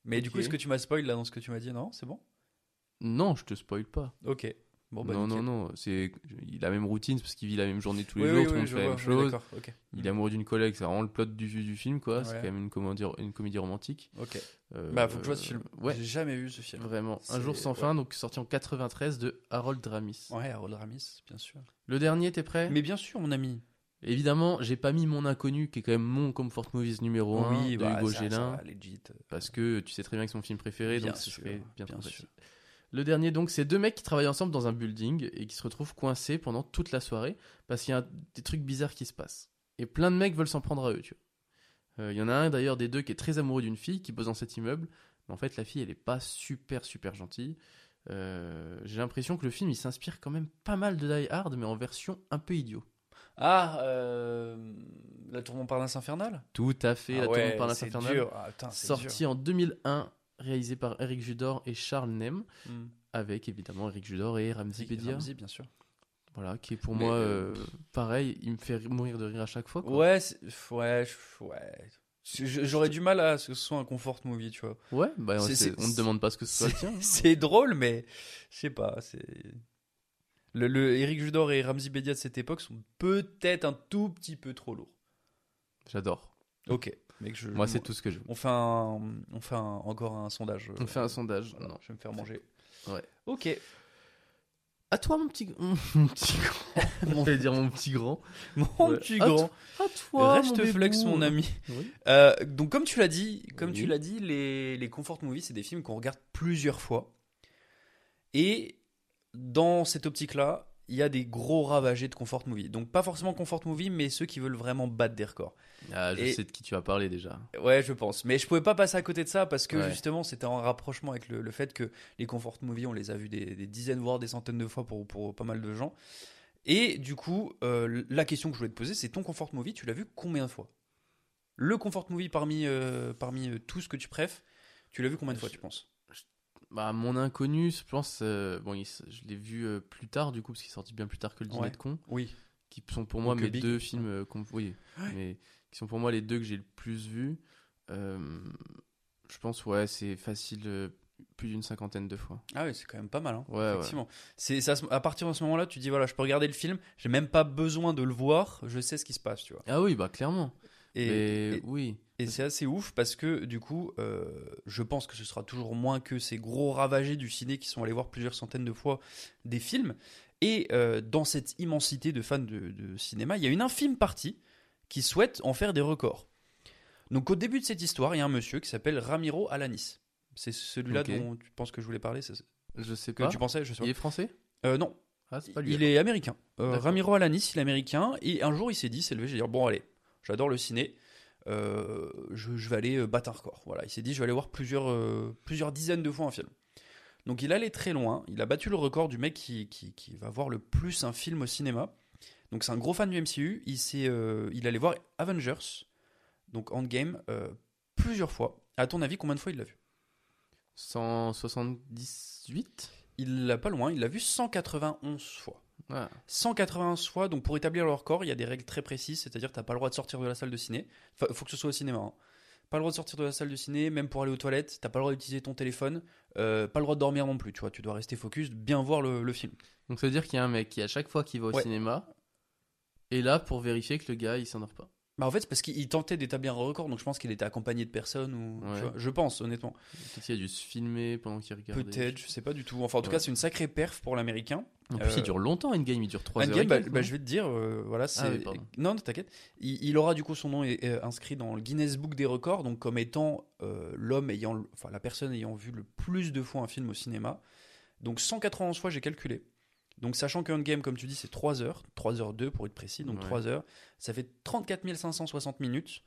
Speaker 5: Mais du coup,
Speaker 6: Ok.
Speaker 5: est-ce que tu m'as spoil là dans ce que tu m'as dit Non, c'est bon
Speaker 6: Non, je te spoil pas.
Speaker 5: Ok. Bon, bah,
Speaker 6: non,
Speaker 5: nickel.
Speaker 6: non, non, c'est la même routine, parce qu'il vit la même journée tous les
Speaker 5: Oui,
Speaker 6: jours,
Speaker 5: oui,
Speaker 6: tout le
Speaker 5: oui,
Speaker 6: monde
Speaker 5: je
Speaker 6: fait la
Speaker 5: vois,
Speaker 6: même
Speaker 5: oui,
Speaker 6: chose.
Speaker 5: D'accord, ok.
Speaker 6: Il est amoureux d'une collègue, c'est vraiment le plot du, du film, quoi. C'est
Speaker 5: Ouais.
Speaker 6: quand même une comédie, une comédie romantique.
Speaker 5: Ok.
Speaker 6: Euh,
Speaker 5: Bah, faut que je vois ce film.
Speaker 6: Ouais,
Speaker 5: J'ai jamais vu ce film.
Speaker 6: vraiment. Un
Speaker 5: C'est-
Speaker 6: jour sans
Speaker 5: ouais.
Speaker 6: fin, donc sorti en 93 de Harold Ramis.
Speaker 5: Ouais, Harold Ramis, bien sûr.
Speaker 6: Le dernier, t'es prêt
Speaker 5: Mais bien sûr, mon ami.
Speaker 6: Évidemment, j'ai pas mis Mon Inconnu, qui est quand même mon Comfort Movies numéro 1 de
Speaker 5: bah,
Speaker 6: hein, Hugo
Speaker 5: ça, ça,
Speaker 6: Gélin.
Speaker 5: legit.
Speaker 6: parce que tu sais très bien que c'est mon film préféré,
Speaker 5: Bien
Speaker 6: donc ce
Speaker 5: sûr,
Speaker 6: serait
Speaker 5: bien
Speaker 6: bien, trop
Speaker 5: sûr.
Speaker 6: facile. Le dernier, donc, c'est deux mecs qui travaillent ensemble dans un building et qui se retrouvent coincés pendant toute la soirée parce qu'il y a un- des trucs bizarres qui se passent. Et plein de mecs veulent s'en prendre à eux, tu vois. Euh, Il y en a un d'ailleurs des deux qui est très amoureux d'une fille qui pose dans cet immeuble, mais en fait la fille elle est pas super super gentille. Euh, J'ai l'impression que le film il s'inspire quand même pas mal de Die Hard, mais en version un peu idiot.
Speaker 5: Ah, euh, La Tourmente Parnasse Infernale
Speaker 6: Tout à fait,
Speaker 5: Ah
Speaker 6: la
Speaker 5: ouais,
Speaker 6: tourmente par
Speaker 5: c'est
Speaker 6: l'infernal.
Speaker 5: dur. Ah, putain, c'est
Speaker 6: sorti en 2001, réalisé par Eric Judor et Charles Nem,
Speaker 5: dur. Hmm.
Speaker 6: avec évidemment Eric Judor et Ramzi Bedia.
Speaker 5: Ramsey, bien sûr.
Speaker 6: Voilà, qui est pour
Speaker 5: Mais,
Speaker 6: moi
Speaker 5: euh,
Speaker 6: euh, pareil, il me fait ri- mourir de rire à chaque fois. quoi.
Speaker 5: Ouais, c'est- pff, ouais, je- ouais. Je- je- J'aurais du mal à ce que ce soit un comfort movie, tu vois.
Speaker 6: Ouais, bah,
Speaker 5: C'est-
Speaker 6: c'est-
Speaker 5: c'est-
Speaker 6: on ne demande pas ce que ce soit le tien. hein.
Speaker 5: C'est drôle, mais je sais pas. C'est le, le Eric Judor et Ramzi Bedia de cette époque sont peut-être un tout petit peu trop lourds.
Speaker 6: J'adore.
Speaker 5: Ok, mec, je.
Speaker 6: Moi, c'est tout ce que je veux.
Speaker 5: On fait un, on fait un- encore un sondage. euh,
Speaker 6: On fait un sondage.
Speaker 5: Voilà,
Speaker 6: Non.
Speaker 5: Je vais me faire manger.
Speaker 6: Ouais.
Speaker 5: Ok.
Speaker 6: À toi,
Speaker 5: <laughs>
Speaker 6: mon petit, mon petit grand.
Speaker 5: Mon-
Speaker 6: <laughs> J'allais dire mon petit grand.
Speaker 5: Mon
Speaker 6: Ouais.
Speaker 5: petit
Speaker 6: À
Speaker 5: grand.
Speaker 6: À toi,
Speaker 5: Reste
Speaker 6: mon
Speaker 5: flex,
Speaker 6: bébou.
Speaker 5: mon ami. <laughs>
Speaker 6: Oui.
Speaker 5: Euh, donc comme tu l'as dit, comme tu
Speaker 6: Oui.
Speaker 5: l'as dit, les, les comfort movies, c'est des films qu'on regarde plusieurs fois. Et dans cette optique-là, il y a des gros ravagés de comfort movies. Donc pas forcément comfort movies, mais ceux qui veulent vraiment battre des records.
Speaker 6: Ah, je
Speaker 5: Et-
Speaker 6: sais de qui tu as parlé déjà.
Speaker 5: Ouais, je pense. Mais je pouvais pas passer à côté de ça parce que
Speaker 6: Ouais.
Speaker 5: justement, c'était en rapprochement avec le, le fait que les comfort movies, on les a vus des, des dizaines, voire des centaines de fois pour, pour pas mal de gens. Et du coup, euh, la question que je voulais te poser, c'est ton comfort movie, tu l'as vu combien de fois Le comfort movie parmi, euh, parmi euh, tout ce que tu préfères, tu l'as vu combien de fois,
Speaker 6: Je-
Speaker 5: tu penses
Speaker 6: Bah, mon inconnu, je pense. euh, bon, il s- je l'ai vu euh, plus tard, du coup, parce qu'il est sorti bien plus tard que le dîner
Speaker 5: Ouais.
Speaker 6: de con.
Speaker 5: Oui.
Speaker 6: qui sont pour moi
Speaker 5: Donc,
Speaker 6: mes
Speaker 5: Big.
Speaker 6: deux films euh, qu'on- oui, mais qui sont pour moi les deux que j'ai le plus vus Euh, je pense ouais c'est facile euh, plus d'une cinquantaine de fois
Speaker 5: Ah oui, c'est quand même pas mal. hein,
Speaker 6: Ouais, ouais.
Speaker 5: effectivement. C'est ça, à partir de ce moment-là, tu dis voilà, je peux regarder le film, j'ai même pas besoin de le voir, je sais ce qui se passe, tu vois.
Speaker 6: ah oui bah clairement
Speaker 5: Et-
Speaker 6: mais
Speaker 5: et-
Speaker 6: oui
Speaker 5: Et c'est assez ouf parce que du coup, euh, je pense que ce sera toujours moins que ces gros ravagés du ciné qui sont allés voir plusieurs centaines de fois des films. Et euh, dans cette immensité de fans de, de cinéma, il y a une infime partie qui souhaite en faire des records. Donc au début de cette histoire, il y a un monsieur qui s'appelle Ramiro Alanis. C'est celui-là
Speaker 6: Ok.
Speaker 5: dont tu penses que je voulais parler, c'est
Speaker 6: je sais
Speaker 5: que
Speaker 6: pas
Speaker 5: tu pensais, je sais pas.
Speaker 6: il est français
Speaker 5: Euh, non,
Speaker 6: ah c'est pas lui
Speaker 5: il
Speaker 6: alors.
Speaker 5: est américain. Euh,
Speaker 6: D'accord.
Speaker 5: Ramiro Alanis, il est américain. Et un jour, il s'est dit, s'est levé, j'ai dit, bon, allez, j'adore le ciné. euh, je, je vais aller euh, battre un record. Voilà, il s'est dit, je vais aller voir plusieurs, euh, plusieurs dizaines de fois un film. Donc il allait très loin. Il a battu le record du mec qui, qui, qui va voir le plus un film au cinéma. Donc c'est un gros fan du MCU. Il, s'est, euh, il allait voir Avengers, donc Endgame, euh, plusieurs fois. À ton avis, combien de fois il l'a vu
Speaker 6: 178
Speaker 5: Il l'a pas loin, il l'a vu 191 fois.
Speaker 6: Ah,
Speaker 5: 191 fois, donc pour établir leur corps, il y a des règles très précises, c'est-à-dire t'as pas le droit de sortir de la salle de ciné, enfin, faut que ce soit au cinéma. hein. Pas le droit de sortir de la salle de ciné, même pour aller aux toilettes, t'as pas le droit d'utiliser ton téléphone, euh, pas le droit de dormir non plus, tu vois, tu dois rester focus, bien voir le, le film.
Speaker 6: donc ça veut dire qu'il y a un mec qui à chaque fois qu'il va au
Speaker 5: Ouais.
Speaker 6: cinéma est là pour vérifier que le gars il s'endort pas
Speaker 5: Bah en fait, c'est parce qu'il tentait d'établir un record, donc je pense qu'il était accompagné de personnes. Ou, tu
Speaker 6: Ouais.
Speaker 5: vois, je pense, honnêtement.
Speaker 6: Peut-être qu'il a dû se filmer pendant qu'il regardait.
Speaker 5: Peut-être, je sais pas du tout. Enfin, en tout
Speaker 6: Ouais.
Speaker 5: cas, c'est une sacrée perf pour l'américain.
Speaker 6: En plus,
Speaker 5: Euh,
Speaker 6: il dure longtemps, Endgame, il dure 3 heures.
Speaker 5: Endgame,
Speaker 6: et
Speaker 5: bah,
Speaker 6: quelques,
Speaker 5: bah,
Speaker 6: non Ah
Speaker 5: je vais te dire, euh, voilà, c'est.
Speaker 6: oui, pardon.
Speaker 5: non, ne t'inquiète. Il, il aura du coup son nom est- est inscrit dans le Guinness Book des records, donc comme étant euh, l'homme ayant, le- enfin la personne ayant vu le plus de fois un film au cinéma. Donc 191 fois, j'ai calculé. Donc sachant que Endgame, comme tu dis, c'est 3 heures, 3 heures 2 pour être précis, donc
Speaker 6: Ouais.
Speaker 5: 3 heures, ça fait 34 560 minutes,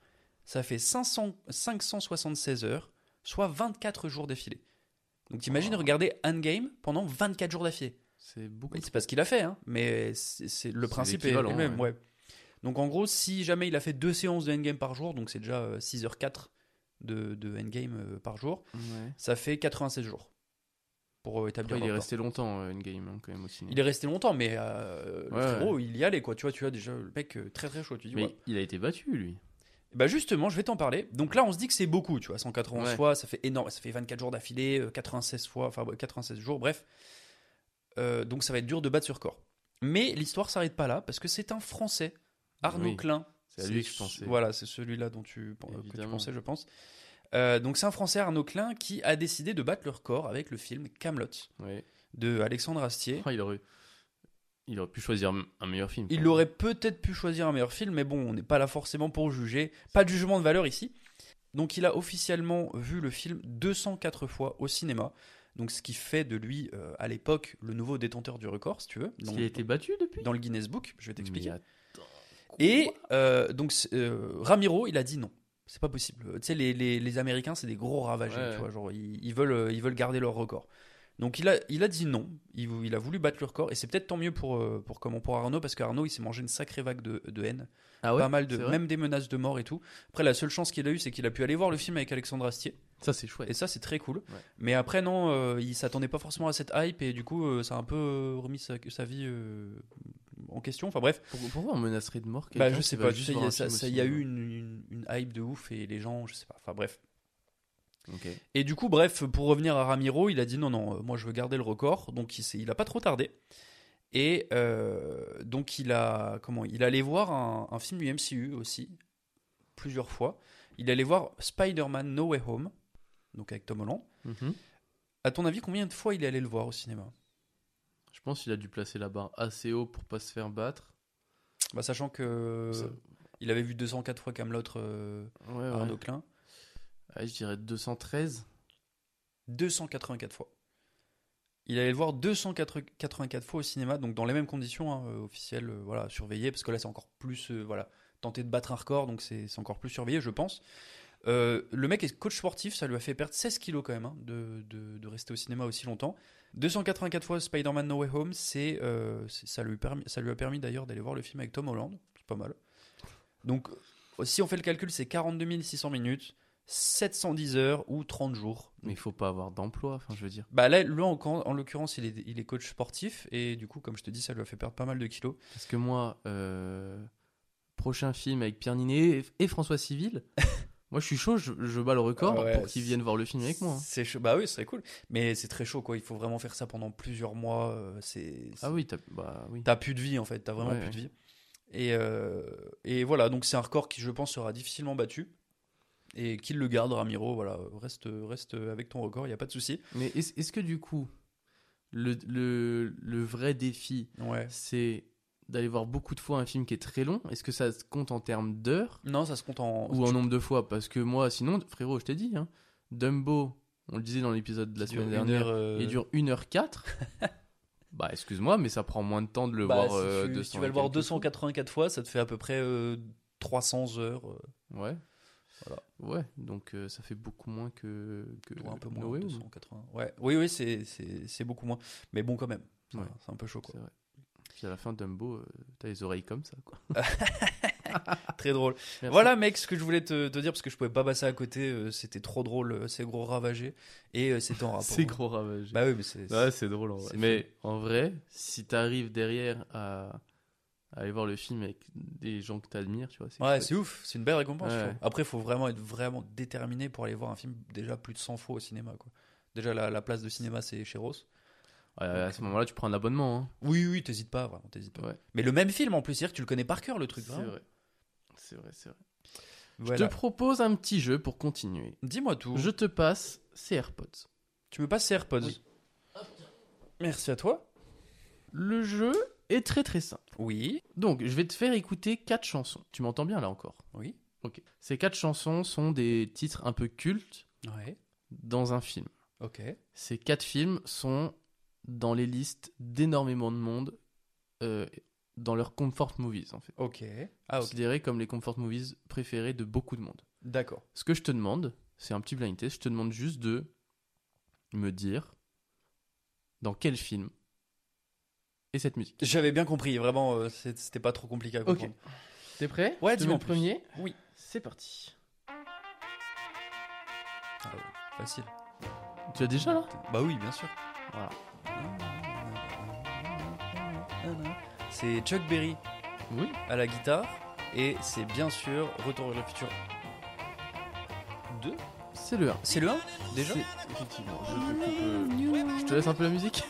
Speaker 5: ça fait 500, 576 heures, soit 24 jours d'affilée. Donc t'imagines
Speaker 6: Wow.
Speaker 5: regarder Endgame pendant 24 jours d'affilée.
Speaker 6: C'est beaucoup.
Speaker 5: Oui, c'est pas ce qu'il a fait, hein, mais c'est c'est- le
Speaker 6: C'est
Speaker 5: principe est, est
Speaker 6: l'équivalent,
Speaker 5: le même.
Speaker 6: ouais.
Speaker 5: ouais. Donc en gros, si jamais il a fait deux séances de Endgame par jour, donc c'est déjà euh, 6h04 de, de Endgame euh, par jour,
Speaker 6: Ouais.
Speaker 5: ça fait 96 jours pour euh, établir
Speaker 6: Après, il
Speaker 5: le
Speaker 6: est
Speaker 5: record.
Speaker 6: resté longtemps, euh, Endgame, hein, quand même, au cinéma.
Speaker 5: Il est resté longtemps, mais euh, le
Speaker 6: Ouais,
Speaker 5: frérot, il y allait, quoi. Tu vois, tu as déjà le mec euh, très très chaud. Tu dis,
Speaker 6: Mais
Speaker 5: ouais.
Speaker 6: il a été battu, lui.
Speaker 5: Bah justement, je vais t'en parler. Donc là, on se dit que c'est beaucoup, tu vois, 191
Speaker 6: Ouais.
Speaker 5: fois, ça fait énorme, ça fait 24 jours d'affilée, euh, 96 fois, enfin ouais, 96 jours, bref. Euh, donc ça va être dur de battre sur corps. Mais l'histoire s'arrête pas là parce que c'est un Français, Arnaud
Speaker 6: Oui,
Speaker 5: Klein.
Speaker 6: c'est à lui que je
Speaker 5: ce-
Speaker 6: pensais.
Speaker 5: Voilà, c'est celui-là dont tu, euh, que tu
Speaker 6: Évidemment.
Speaker 5: pensais, je pense. Euh, donc c'est un Français, Arnaud Klein, qui a décidé de battre le record avec le film Camelot
Speaker 6: Ouais.
Speaker 5: de Alexandre Astier.
Speaker 6: Oh, il, aurait... il aurait pu choisir un- un meilleur film.
Speaker 5: Il
Speaker 6: quoi.
Speaker 5: aurait peut-être pu choisir un meilleur film, mais bon, on n'est pas là forcément pour juger. Pas de jugement de valeur ici. Donc il a officiellement vu le film 204 fois au cinéma. Donc ce qui fait de lui, euh, à l'époque, le nouveau détenteur du record, si tu veux.
Speaker 6: Parce
Speaker 5: Dans,
Speaker 6: qu'il a été battu depuis
Speaker 5: dans le Guinness Book, je vais t'expliquer.
Speaker 6: Mais attends, quoi
Speaker 5: Et euh, donc c'est- euh, Ramiro, il a dit non. C'est pas possible. Euh, Tu sais, les, les- les Américains, c'est des gros ravagés,
Speaker 6: Ouais.
Speaker 5: tu vois. Genre, ils, ils veulent, euh, ils veulent garder leur record. Donc il a, il a dit non. Il, vou- il a voulu battre le record. Et c'est peut-être tant mieux pour, euh, pour, comment, pour Arnaud, parce qu'Arnaud, il s'est mangé une sacrée vague de, de haine.
Speaker 6: Ah ouais
Speaker 5: pas mal de.
Speaker 6: C'est vrai
Speaker 5: Même des menaces de mort et tout. Après, la seule chance qu'il a eue, c'est qu'il a pu aller voir le film avec Alexandre Astier.
Speaker 6: Ça, c'est chouette.
Speaker 5: Et ça, c'est très cool.
Speaker 6: Ouais.
Speaker 5: Mais après, non, euh, il s'attendait pas forcément à cette hype. Et du coup, euh, ça a un peu euh, remis sa, sa vie euh, en question. Enfin, bref.
Speaker 6: Pourquoi, pourquoi on menacerait de mort
Speaker 5: Bah,
Speaker 6: quelqu'un
Speaker 5: je
Speaker 6: qui
Speaker 5: sais
Speaker 6: va
Speaker 5: pas, tu
Speaker 6: juste
Speaker 5: sais, il y
Speaker 6: voir
Speaker 5: a,
Speaker 6: un
Speaker 5: ça,
Speaker 6: film au
Speaker 5: ça- il y a eu
Speaker 6: cinéma
Speaker 5: une, une- une hype de ouf et les gens, je sais pas, enfin bref.
Speaker 6: Ok.
Speaker 5: Et du coup, bref, pour revenir à Ramiro, il a dit non, non, euh, moi je veux garder le record, donc il, s'est- il a pas trop tardé. Et euh, donc il a, comment, il allait voir un, un film du MCU aussi, plusieurs fois. Il allait voir Spider-Man No Way Home, donc avec Tom Holland.
Speaker 6: Mhm.
Speaker 5: À ton avis, combien de fois il est allé le voir au cinéma
Speaker 6: Je pense qu'il a dû placer la barre assez haut pour pas se faire battre.
Speaker 5: bah, Sachant que
Speaker 6: Ça-
Speaker 5: il avait vu 204 fois comme l'autre euh,
Speaker 6: Ouais, ouais.
Speaker 5: Arnaud Klein,
Speaker 6: Ah, je dirais 213.
Speaker 5: 284 fois. Il allait le voir 284 fois au cinéma, donc dans les mêmes conditions hein, euh, officielles, euh, voilà, surveillées, parce que là c'est encore plus, euh, voilà, tenter de battre un record, donc c'est c'est encore plus surveillé, je pense. Euh, le mec est coach sportif, ça lui a fait perdre 16 kilos quand même hein, de, de- de rester au cinéma aussi longtemps. 284 fois Spider-Man No Way Home, c'est euh, c'est- ça, lui permis- ça lui a permis d'ailleurs d'aller voir le film avec Tom Holland, c'est pas mal. Donc euh, si on fait le calcul, c'est 42 600 minutes, 710 heures ou 30 jours.
Speaker 6: Mais il faut pas avoir d'emploi, enfin, je veux dire.
Speaker 5: Bah là, lui en, en l'occurrence, il est, il est coach sportif et du coup, comme je te dis, ça lui a fait perdre pas mal de kilos.
Speaker 6: Parce que moi, euh, prochain film avec Pierre Ninet et, et François
Speaker 5: <laughs>
Speaker 6: Civil, moi je suis chaud, je, je bats le record
Speaker 5: Ah ouais,
Speaker 6: pour qu'ils
Speaker 5: c'est-
Speaker 6: viennent voir le film avec moi. hein.
Speaker 5: C'est chaud. Bah oui, ce serait cool. Mais c'est très chaud, quoi. Il faut vraiment faire ça pendant plusieurs mois. euh, C'est. c'est-
Speaker 6: Ah oui, t'as bah, oui.
Speaker 5: T'as plus de vie en fait, t'as vraiment
Speaker 6: Ouais,
Speaker 5: plus
Speaker 6: ouais.
Speaker 5: de vie. Et, euh, et voilà, donc c'est un record qui je pense sera difficilement battu. Et qu'il le garde, Ramiro, voilà, reste, reste avec ton record, il n'y a pas de souci.
Speaker 6: Mais est-ce est-ce que du coup, le, le, le vrai défi,
Speaker 5: Ouais.
Speaker 6: c'est d'aller voir beaucoup de fois un film qui est très long Est-ce que ça se compte en termes d'heures
Speaker 5: Non, ça se compte en.
Speaker 6: ou en nombre de fois Parce que moi, sinon, frérot, je t'ai dit, hein, Dumbo, on le disait dans l'épisode de la
Speaker 5: Qui dure
Speaker 6: semaine
Speaker 5: une
Speaker 6: dernière,
Speaker 5: heure, euh,
Speaker 6: il dure 1h04. <laughs> bah, excuse-moi, mais ça prend moins de temps de le
Speaker 5: bah,
Speaker 6: voir.
Speaker 5: si
Speaker 6: euh,
Speaker 5: tu, si
Speaker 6: 200
Speaker 5: tu vas le voir
Speaker 6: et quelques fois.
Speaker 5: 284 fois, ça te fait à peu près euh, 300 heures. euh,
Speaker 6: Ouais.
Speaker 5: Voilà.
Speaker 6: Ouais, donc euh, ça fait beaucoup moins que, que
Speaker 5: Ouais, un peu moins,
Speaker 6: Noé, ou-
Speaker 5: 280. Ouais. Oui, oui, c'est- c'est c'est beaucoup moins. Mais bon, quand même, Ça-
Speaker 6: Ouais.
Speaker 5: c'est un peu chaud. Quoi.
Speaker 6: C'est vrai. Puis à la fin, Dumbo, euh, t'as les oreilles comme ça, quoi.
Speaker 5: Très drôle.
Speaker 6: Merci.
Speaker 5: Voilà, mec, ce que je voulais te, te dire, parce que je pouvais pas passer à côté, euh, c'était trop drôle, euh, c'est gros ravagé. Et euh, c'était en rapport.
Speaker 6: C'est gros ravage.
Speaker 5: Bah oui, mais c'est.
Speaker 6: Ouais, c'est drôle en vrai.
Speaker 5: c'est
Speaker 6: Mais en vrai, si t'arrives derrière à... à aller voir le film avec des gens que t'admires, tu vois, c'est
Speaker 5: Ouais,
Speaker 6: chouette.
Speaker 5: c'est ouf, c'est une belle récompense.
Speaker 6: Ouais.
Speaker 5: je trouve. Après, il faut vraiment être vraiment déterminé pour aller voir un film déjà plus de 100 fois au cinéma. Quoi. Déjà, la, la place de cinéma, c'est chez Ross.
Speaker 6: Ouais, à ce moment-là, tu prends un abonnement. hein.
Speaker 5: Oui, oui, t'hésites pas, vraiment, t'hésites pas.
Speaker 6: Ouais.
Speaker 5: Mais le même film en plus, c'est-à-dire que tu le connais par cœur, le truc.
Speaker 6: C'est
Speaker 5: vraiment.
Speaker 6: vrai. C'est vrai, c'est vrai. Je
Speaker 5: Voilà.
Speaker 6: te propose un petit jeu pour continuer.
Speaker 5: Dis-moi tout.
Speaker 6: Je te passe ces AirPods.
Speaker 5: Tu me passes ces AirPods
Speaker 6: Oui.
Speaker 5: Merci à toi.
Speaker 6: Le jeu est très très simple.
Speaker 5: Oui.
Speaker 6: Donc, je vais te faire écouter quatre chansons. Tu m'entends bien là encore
Speaker 5: Oui.
Speaker 6: Ok. Ces quatre chansons sont des titres un peu cultes
Speaker 5: Ouais.
Speaker 6: dans un film.
Speaker 5: Ok.
Speaker 6: Ces quatre films sont dans les listes d'énormément de monde euh, dans leurs comfort movies en fait.
Speaker 5: Ok. Ah ok.
Speaker 6: Considérés comme les comfort movies préférés de beaucoup de monde.
Speaker 5: D'accord.
Speaker 6: Ce que je te demande, c'est un petit blind test. Je te demande juste de me dire dans quel film est cette musique.
Speaker 5: J'avais bien compris. Vraiment, euh, c'est- c'était pas trop compliqué à
Speaker 6: Ok.
Speaker 5: comprendre.
Speaker 6: T'es prêt
Speaker 5: Ouais,
Speaker 6: Je te
Speaker 5: dis-moi
Speaker 6: mets
Speaker 5: en
Speaker 6: le
Speaker 5: plus.
Speaker 6: premier.
Speaker 5: Oui.
Speaker 6: C'est parti.
Speaker 5: Ah ouais, Facile.
Speaker 6: Tu as déjà là
Speaker 5: Bah oui, bien sûr.
Speaker 6: Voilà.
Speaker 5: C'est Chuck Berry
Speaker 6: Oui.
Speaker 5: à la guitare et c'est bien sûr Retour vers le futur 2.
Speaker 6: C'est le 1.
Speaker 5: C'est le 1 déjà
Speaker 6: C'est- Effectivement. Je te, coupe, euh, je te laisse un peu la musique.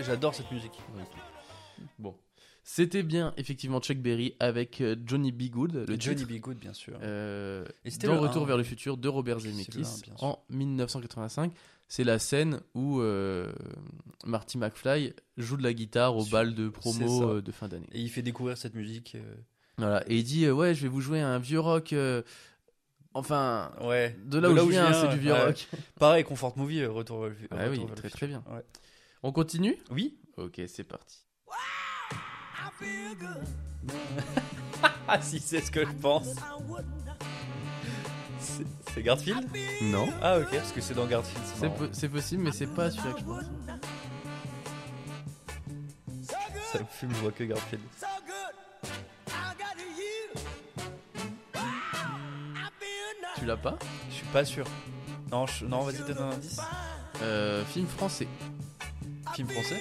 Speaker 5: J'adore cette musique.
Speaker 6: Bon. C'était bien, effectivement, Chuck Berry avec euh, Johnny B. Good. Le
Speaker 5: Johnny
Speaker 6: titre,
Speaker 5: B. Good, bien sûr.
Speaker 6: euh,
Speaker 5: Et c'était
Speaker 6: dans
Speaker 5: le
Speaker 6: Retour
Speaker 5: un.
Speaker 6: vers le futur de Robert
Speaker 5: C'est le
Speaker 6: Zemeckis
Speaker 5: un, bien sûr.
Speaker 6: en 1985. C'est la scène où euh, Marty McFly joue de la guitare au
Speaker 5: Sur-
Speaker 6: bal de
Speaker 5: c'est ça.
Speaker 6: promo euh, de fin d'année.
Speaker 5: Et il fait découvrir cette musique. euh,
Speaker 6: Voilà. Et il dit euh, Ouais, je vais vous jouer un vieux rock. euh, enfin,
Speaker 5: Ouais.
Speaker 6: de là, où, je viens, c'est du vieux
Speaker 5: ouais.
Speaker 6: rock.
Speaker 5: Pareil, Comfort Movie, euh, Retour vers le
Speaker 6: Ah oui,
Speaker 5: Retour vers le
Speaker 6: très,
Speaker 5: futur.
Speaker 6: très bien.
Speaker 5: Ouais.
Speaker 6: On continue
Speaker 5: Oui <laughs>
Speaker 6: Ok, c'est parti.
Speaker 5: Ah si, c'est ce que je pense. C'est c'est Garfield
Speaker 6: Non.
Speaker 5: Ah ok, parce que c'est dans Garfield. c'est
Speaker 6: C'est
Speaker 5: marrant.
Speaker 6: po- c'est possible, mais c'est pas celui-là que je pense.
Speaker 5: Ça me fume, je vois que Garfield.
Speaker 6: Tu l'as pas
Speaker 5: Je suis pas sûr. Non, je- non vas-y, donne un indice.
Speaker 6: Euh, Film français.
Speaker 5: Film français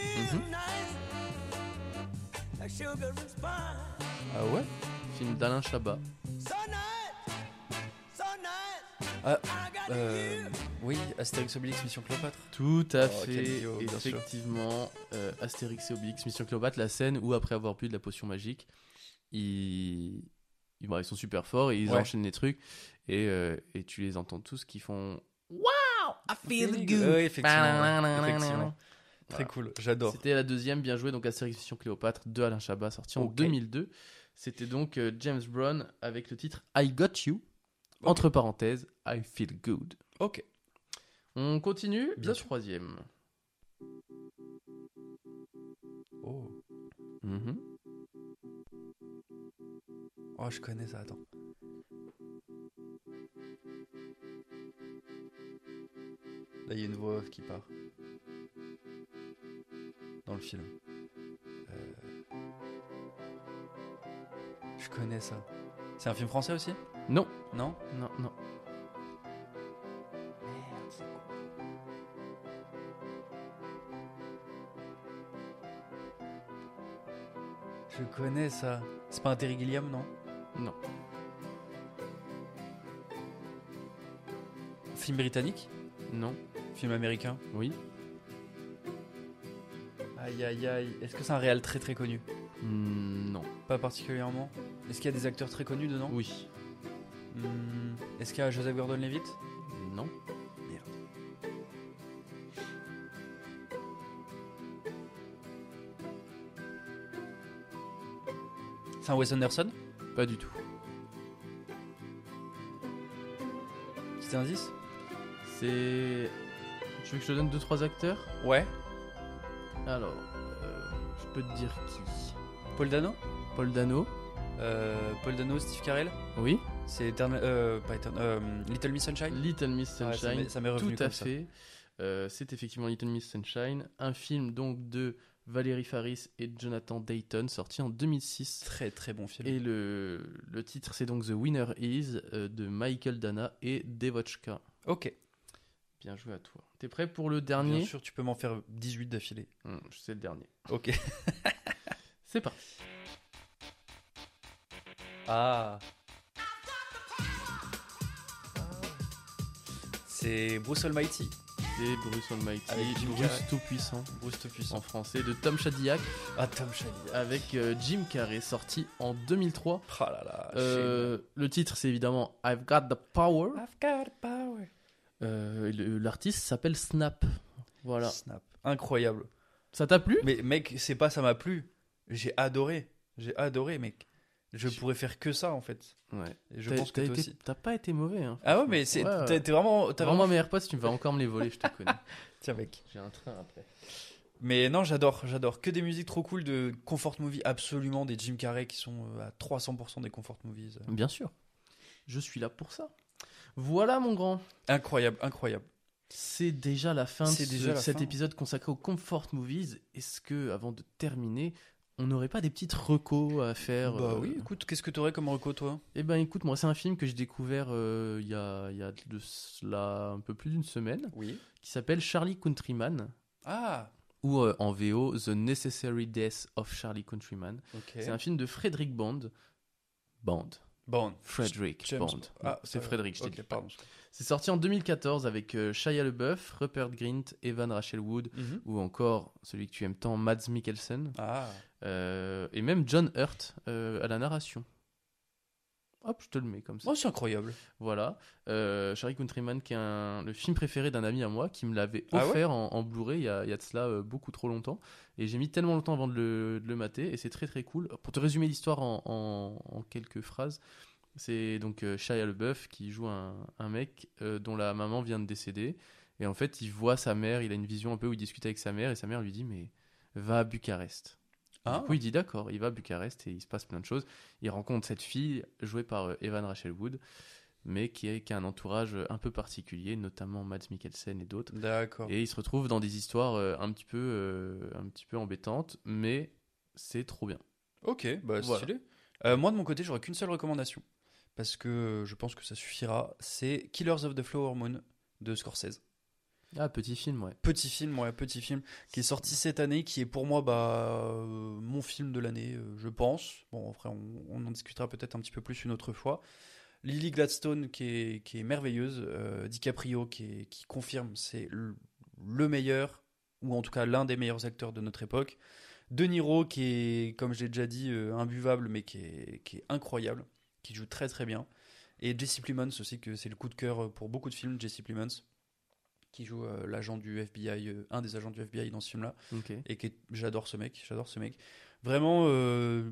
Speaker 5: Ah ouais
Speaker 6: Film d'Alain Chabat.
Speaker 5: Ah, euh, oui, Astérix Obélix, Mission Cléopâtre.
Speaker 6: Tout à
Speaker 5: Oh, quel
Speaker 6: fait,
Speaker 5: idiot, bien sûr.
Speaker 6: effectivement. euh, Astérix et Obélix, Mission Cléopâtre, la scène où, après avoir bu de la potion magique, ils, ils, bon, ils sont super forts et ils
Speaker 5: Ouais.
Speaker 6: enchaînent les trucs. Et, euh, et tu les entends tous qui font.
Speaker 5: Feel good. Ouais,
Speaker 6: Bah,
Speaker 5: effectivement. effectivement. Très
Speaker 6: Voilà.
Speaker 5: cool, j'adore.
Speaker 6: C'était la deuxième, bien jouée, donc Astérix Mission Cléopâtre de Alain Chabat, sorti en
Speaker 5: Ok.
Speaker 6: 2002. C'était donc euh, James Brown avec le titre I Got You, entre parenthèses, I Feel Good.
Speaker 5: Ok.
Speaker 6: On continue,
Speaker 5: Bien
Speaker 6: le
Speaker 5: sûr.
Speaker 6: troisième.
Speaker 5: Oh.
Speaker 6: Mhm.
Speaker 5: Oh, je connais ça, attends. Là, il y a une voix off qui part. Dans le film. Euh, Je connais ça. C'est un film français aussi
Speaker 6: Non,
Speaker 5: Non
Speaker 6: non, non.
Speaker 5: Je connais ça. C'est pas un Terry Gilliam, non
Speaker 6: Non.
Speaker 5: Film britannique
Speaker 6: Non,
Speaker 5: Film américain
Speaker 6: oui,
Speaker 5: Aïe aïe aïe. Est-ce que c'est un réal très très connu
Speaker 6: Mm, non,
Speaker 5: Pas particulièrement. Est-ce qu'il y a des acteurs très connus dedans
Speaker 6: oui,
Speaker 5: Hmm, Est-ce qu'il y a Joseph Gordon-Levitt
Speaker 6: non.
Speaker 5: C'est un Wes Anderson
Speaker 6: Pas du tout.
Speaker 5: C'était un 10
Speaker 6: C'est. Tu veux que je te donne 2-3 acteurs
Speaker 5: Ouais.
Speaker 6: Alors, euh, je peux te dire qui
Speaker 5: Paul Dano
Speaker 6: Paul Dano
Speaker 5: Euh, Paul Dano, Steve Carell
Speaker 6: Oui.
Speaker 5: C'est Eternal- euh, pas Eternal- euh, Little Miss Sunshine
Speaker 6: Little Miss
Speaker 5: Ouais, ça
Speaker 6: Sunshine.
Speaker 5: m'est- ça m'est revenu
Speaker 6: tout à
Speaker 5: comme ça.
Speaker 6: fait. Euh, c'est effectivement Little Miss Sunshine, un film donc de Valérie Faris et Jonathan Dayton, sorti en 2006.
Speaker 5: Très très bon film.
Speaker 6: Et le, le titre, c'est donc The Winner Is euh, de Michael Dana et Devochka.
Speaker 5: Ok.
Speaker 6: Bien joué à toi. T'es prêt pour le
Speaker 5: Bien
Speaker 6: dernier
Speaker 5: sûr, tu peux m'en faire 18 d'affilée.
Speaker 6: Hum, je sais le dernier.
Speaker 5: Ok.
Speaker 6: C'est parti.
Speaker 5: <laughs> Ah. C'est Bruce Almighty.
Speaker 6: C'était Bruce Almighty,
Speaker 5: Avec Jim
Speaker 6: Bruce
Speaker 5: Carrey.
Speaker 6: Tout-Puissant
Speaker 5: Bruce
Speaker 6: en
Speaker 5: Tout-Puissant.
Speaker 6: français, de Tom Shadyac,
Speaker 5: Ah, Tom Shady.
Speaker 6: avec euh, Jim Carrey, sorti en 2003.
Speaker 5: Ah là là.
Speaker 6: Euh, le titre, c'est évidemment I've Got the Power.
Speaker 5: I've got power.
Speaker 6: Euh, le- L'artiste s'appelle Snap. Voilà.
Speaker 5: Snap. Incroyable.
Speaker 6: Ça t'a plu
Speaker 5: Mais mec, c'est pas ça m'a plu. J'ai adoré. J'ai adoré, mec. Je
Speaker 6: Je-
Speaker 5: pourrais faire que ça en fait.
Speaker 6: Ouais.
Speaker 5: Et je
Speaker 6: T'as-
Speaker 5: pense que
Speaker 6: t'as
Speaker 5: toi
Speaker 6: été-
Speaker 5: aussi.
Speaker 6: T'as pas été mauvais. Hein,
Speaker 5: Ah ouais,
Speaker 6: franchement.
Speaker 5: mais c'est
Speaker 6: Ouais, ouais.
Speaker 5: t'es t'es vraiment t'as
Speaker 6: Vraiment,
Speaker 5: vraiment
Speaker 6: mes AirPods, tu me vas encore me les voler, je te connais.
Speaker 5: tiens mec.
Speaker 6: <laughs> J'ai un train après.
Speaker 5: Mais non, j'adore, j'adore que des musiques trop cool de comfort movie absolument des Jim Carrey qui sont euh, à 300% des comfort movies.
Speaker 6: Bien sûr. Je suis là pour ça. Voilà, mon grand.
Speaker 5: Incroyable, incroyable.
Speaker 6: C'est déjà la fin de
Speaker 5: C'est
Speaker 6: ce-
Speaker 5: déjà la
Speaker 6: cet
Speaker 5: fin.
Speaker 6: épisode consacré aux comfort movies. Est-ce que, avant de terminer, on n'aurait pas des petites recos à faire
Speaker 5: bah
Speaker 6: euh,
Speaker 5: oui, écoute, qu'est-ce que t'aurais comme reco toi
Speaker 6: Eh ben écoute, moi c'est un film que j'ai découvert euh, il y, a, il y a de cela un peu plus d'une semaine,
Speaker 5: Oui.
Speaker 6: qui s'appelle Charlie Countryman,
Speaker 5: Ah,
Speaker 6: ou euh, en VO The Necessary Death of Charlie Countryman.
Speaker 5: OK.
Speaker 6: C'est un film de Frederick Bond. Bond.
Speaker 5: Bon.
Speaker 6: Frederick
Speaker 5: James-
Speaker 6: Bond.
Speaker 5: Ah,
Speaker 6: Non, c'est
Speaker 5: ça-
Speaker 6: Frédéric, je t'ai
Speaker 5: OK,
Speaker 6: dit.
Speaker 5: pardon.
Speaker 6: C'est sorti en 2014 avec euh, Shia LeBeouf, Rupert Grint, Evan Rachel Wood,
Speaker 5: Mhm.
Speaker 6: ou encore celui que tu aimes tant, Mads Mikkelsen,
Speaker 5: Ah,
Speaker 6: euh, et même John Hurt euh, à la narration. Hop, je te le mets comme ça.
Speaker 5: oh, c'est incroyable.
Speaker 6: Voilà. Euh, Charlie Countryman, qui est un- le film préféré d'un ami à moi, qui me l'avait
Speaker 5: Ah ouais
Speaker 6: offert en, en Blu-ray il y, a, il y a de cela euh, beaucoup trop longtemps. Et j'ai mis tellement longtemps avant de le, de le mater, et c'est très très cool. Pour te résumer l'histoire en, en- en quelques phrases, c'est donc euh, Shia LeBeouf qui joue un, un mec euh, dont la maman vient de décéder. Et en fait, il voit sa mère, il a une vision un peu où il discute avec sa mère, et sa mère lui dit Mais va à Bucarest.
Speaker 5: Ah.
Speaker 6: Du coup, il dit d'accord, il va à Bucarest et il se passe plein de choses. Il rencontre cette fille jouée par euh, Evan Rachel Wood, mais qui, est- qui a un entourage euh, un peu particulier, notamment Mads Mikkelsen et d'autres.
Speaker 5: D'accord.
Speaker 6: Et il se retrouve dans des histoires euh, un, petit peu, euh, un petit peu embêtantes, mais c'est trop bien.
Speaker 5: Ok, bah
Speaker 6: Voilà.
Speaker 5: stylé. Euh, moi de mon côté, j'aurais qu'une seule recommandation parce que je pense que ça suffira. C'est Killers of the Flower Moon de Scorsese.
Speaker 6: Ah, petit film, ouais.
Speaker 5: Petit film, ouais, petit film qui est sorti cette année, qui est pour moi bah euh, mon film de l'année, euh, je pense. Bon, après on, on en discutera peut-être un petit peu plus une autre fois. Lily Gladstone qui est, qui est merveilleuse, euh, DiCaprio qui, est- qui confirme c'est le- le meilleur ou en tout cas l'un des meilleurs acteurs de notre époque. De Niro, qui est, comme je l'ai déjà dit, euh, imbuvable, mais qui est, qui est incroyable, qui joue très très bien. Et Jesse Plemons aussi, que c'est le coup de cœur pour beaucoup de films, Jesse Plemons, qui joue euh, l'agent du FBI, euh, un des agents du FBI dans ce film-là,
Speaker 6: Ok.
Speaker 5: et qui est- j'adore ce mec, j'adore ce mec. Vraiment, euh,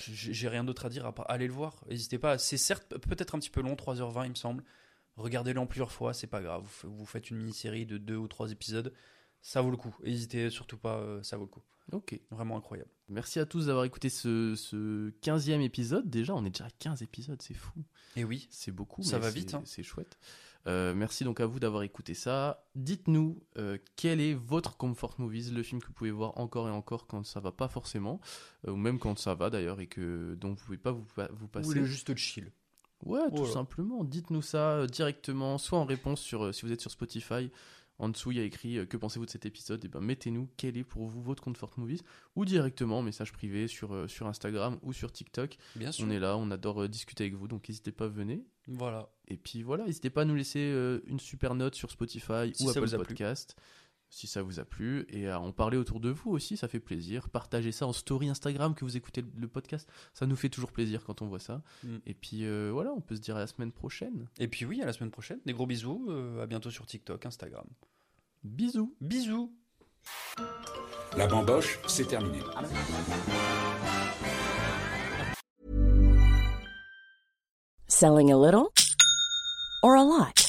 Speaker 5: j'ai j'ai rien d'autre à dire à part aller le voir. N'hésitez pas, c'est certes peut-être un petit peu long, 3h20 il me semble. Regardez-le en plusieurs fois, c'est pas grave. Vous, f- vous faites une mini-série de deux ou trois épisodes, ça vaut le coup. N'hésitez surtout pas, euh, ça vaut le coup.
Speaker 6: Ok.
Speaker 5: Vraiment incroyable.
Speaker 6: Merci à tous d'avoir écouté ce, ce 15e épisode. Déjà, on est déjà à 15 épisodes, c'est fou.
Speaker 5: Et oui,
Speaker 6: C'est beaucoup.
Speaker 5: Ça
Speaker 6: mais
Speaker 5: va
Speaker 6: c'est-
Speaker 5: vite, hein.
Speaker 6: C'est chouette. Euh, merci donc à vous d'avoir écouté ça. Dites-nous euh, quel est votre comfort movies, le film que vous pouvez voir encore et encore quand ça va pas forcément, euh, ou même quand ça va d'ailleurs et que dont vous pouvez pas vous, pa- vous passer.
Speaker 5: juste chill.
Speaker 6: Ouais, tout
Speaker 5: Voilà.
Speaker 6: simplement. Dites-nous ça euh, directement, soit en réponse sur euh, si vous êtes sur Spotify. En dessous, il y a écrit euh, que pensez-vous de cet épisode. Et ben, mettez-nous quel est pour vous votre comfort movies, ou directement en message privé sur euh, sur Instagram ou sur TikTok.
Speaker 5: Bien sûr.
Speaker 6: On est là, on adore euh, discuter avec vous, donc n'hésitez pas, venez.
Speaker 5: Voilà.
Speaker 6: Et puis voilà, n'hésitez pas à nous laisser euh, une super note sur Spotify
Speaker 5: Si
Speaker 6: ou
Speaker 5: ça
Speaker 6: Apple
Speaker 5: vous a plu.
Speaker 6: Podcast si ça vous a plu et à en parler autour de vous aussi, ça fait plaisir. Partagez ça en story Instagram que vous écoutez le- le podcast, ça nous fait toujours plaisir quand on voit ça.
Speaker 5: Mm.
Speaker 6: Et puis euh, voilà, on peut se dire à la semaine prochaine.
Speaker 5: Et puis oui, à la semaine prochaine. Des gros bisous. euh, à bientôt sur TikTok, Instagram.
Speaker 6: Bisous.
Speaker 5: Bisous.
Speaker 3: La bamboche, c'est terminé.
Speaker 7: Selling a little or a lot?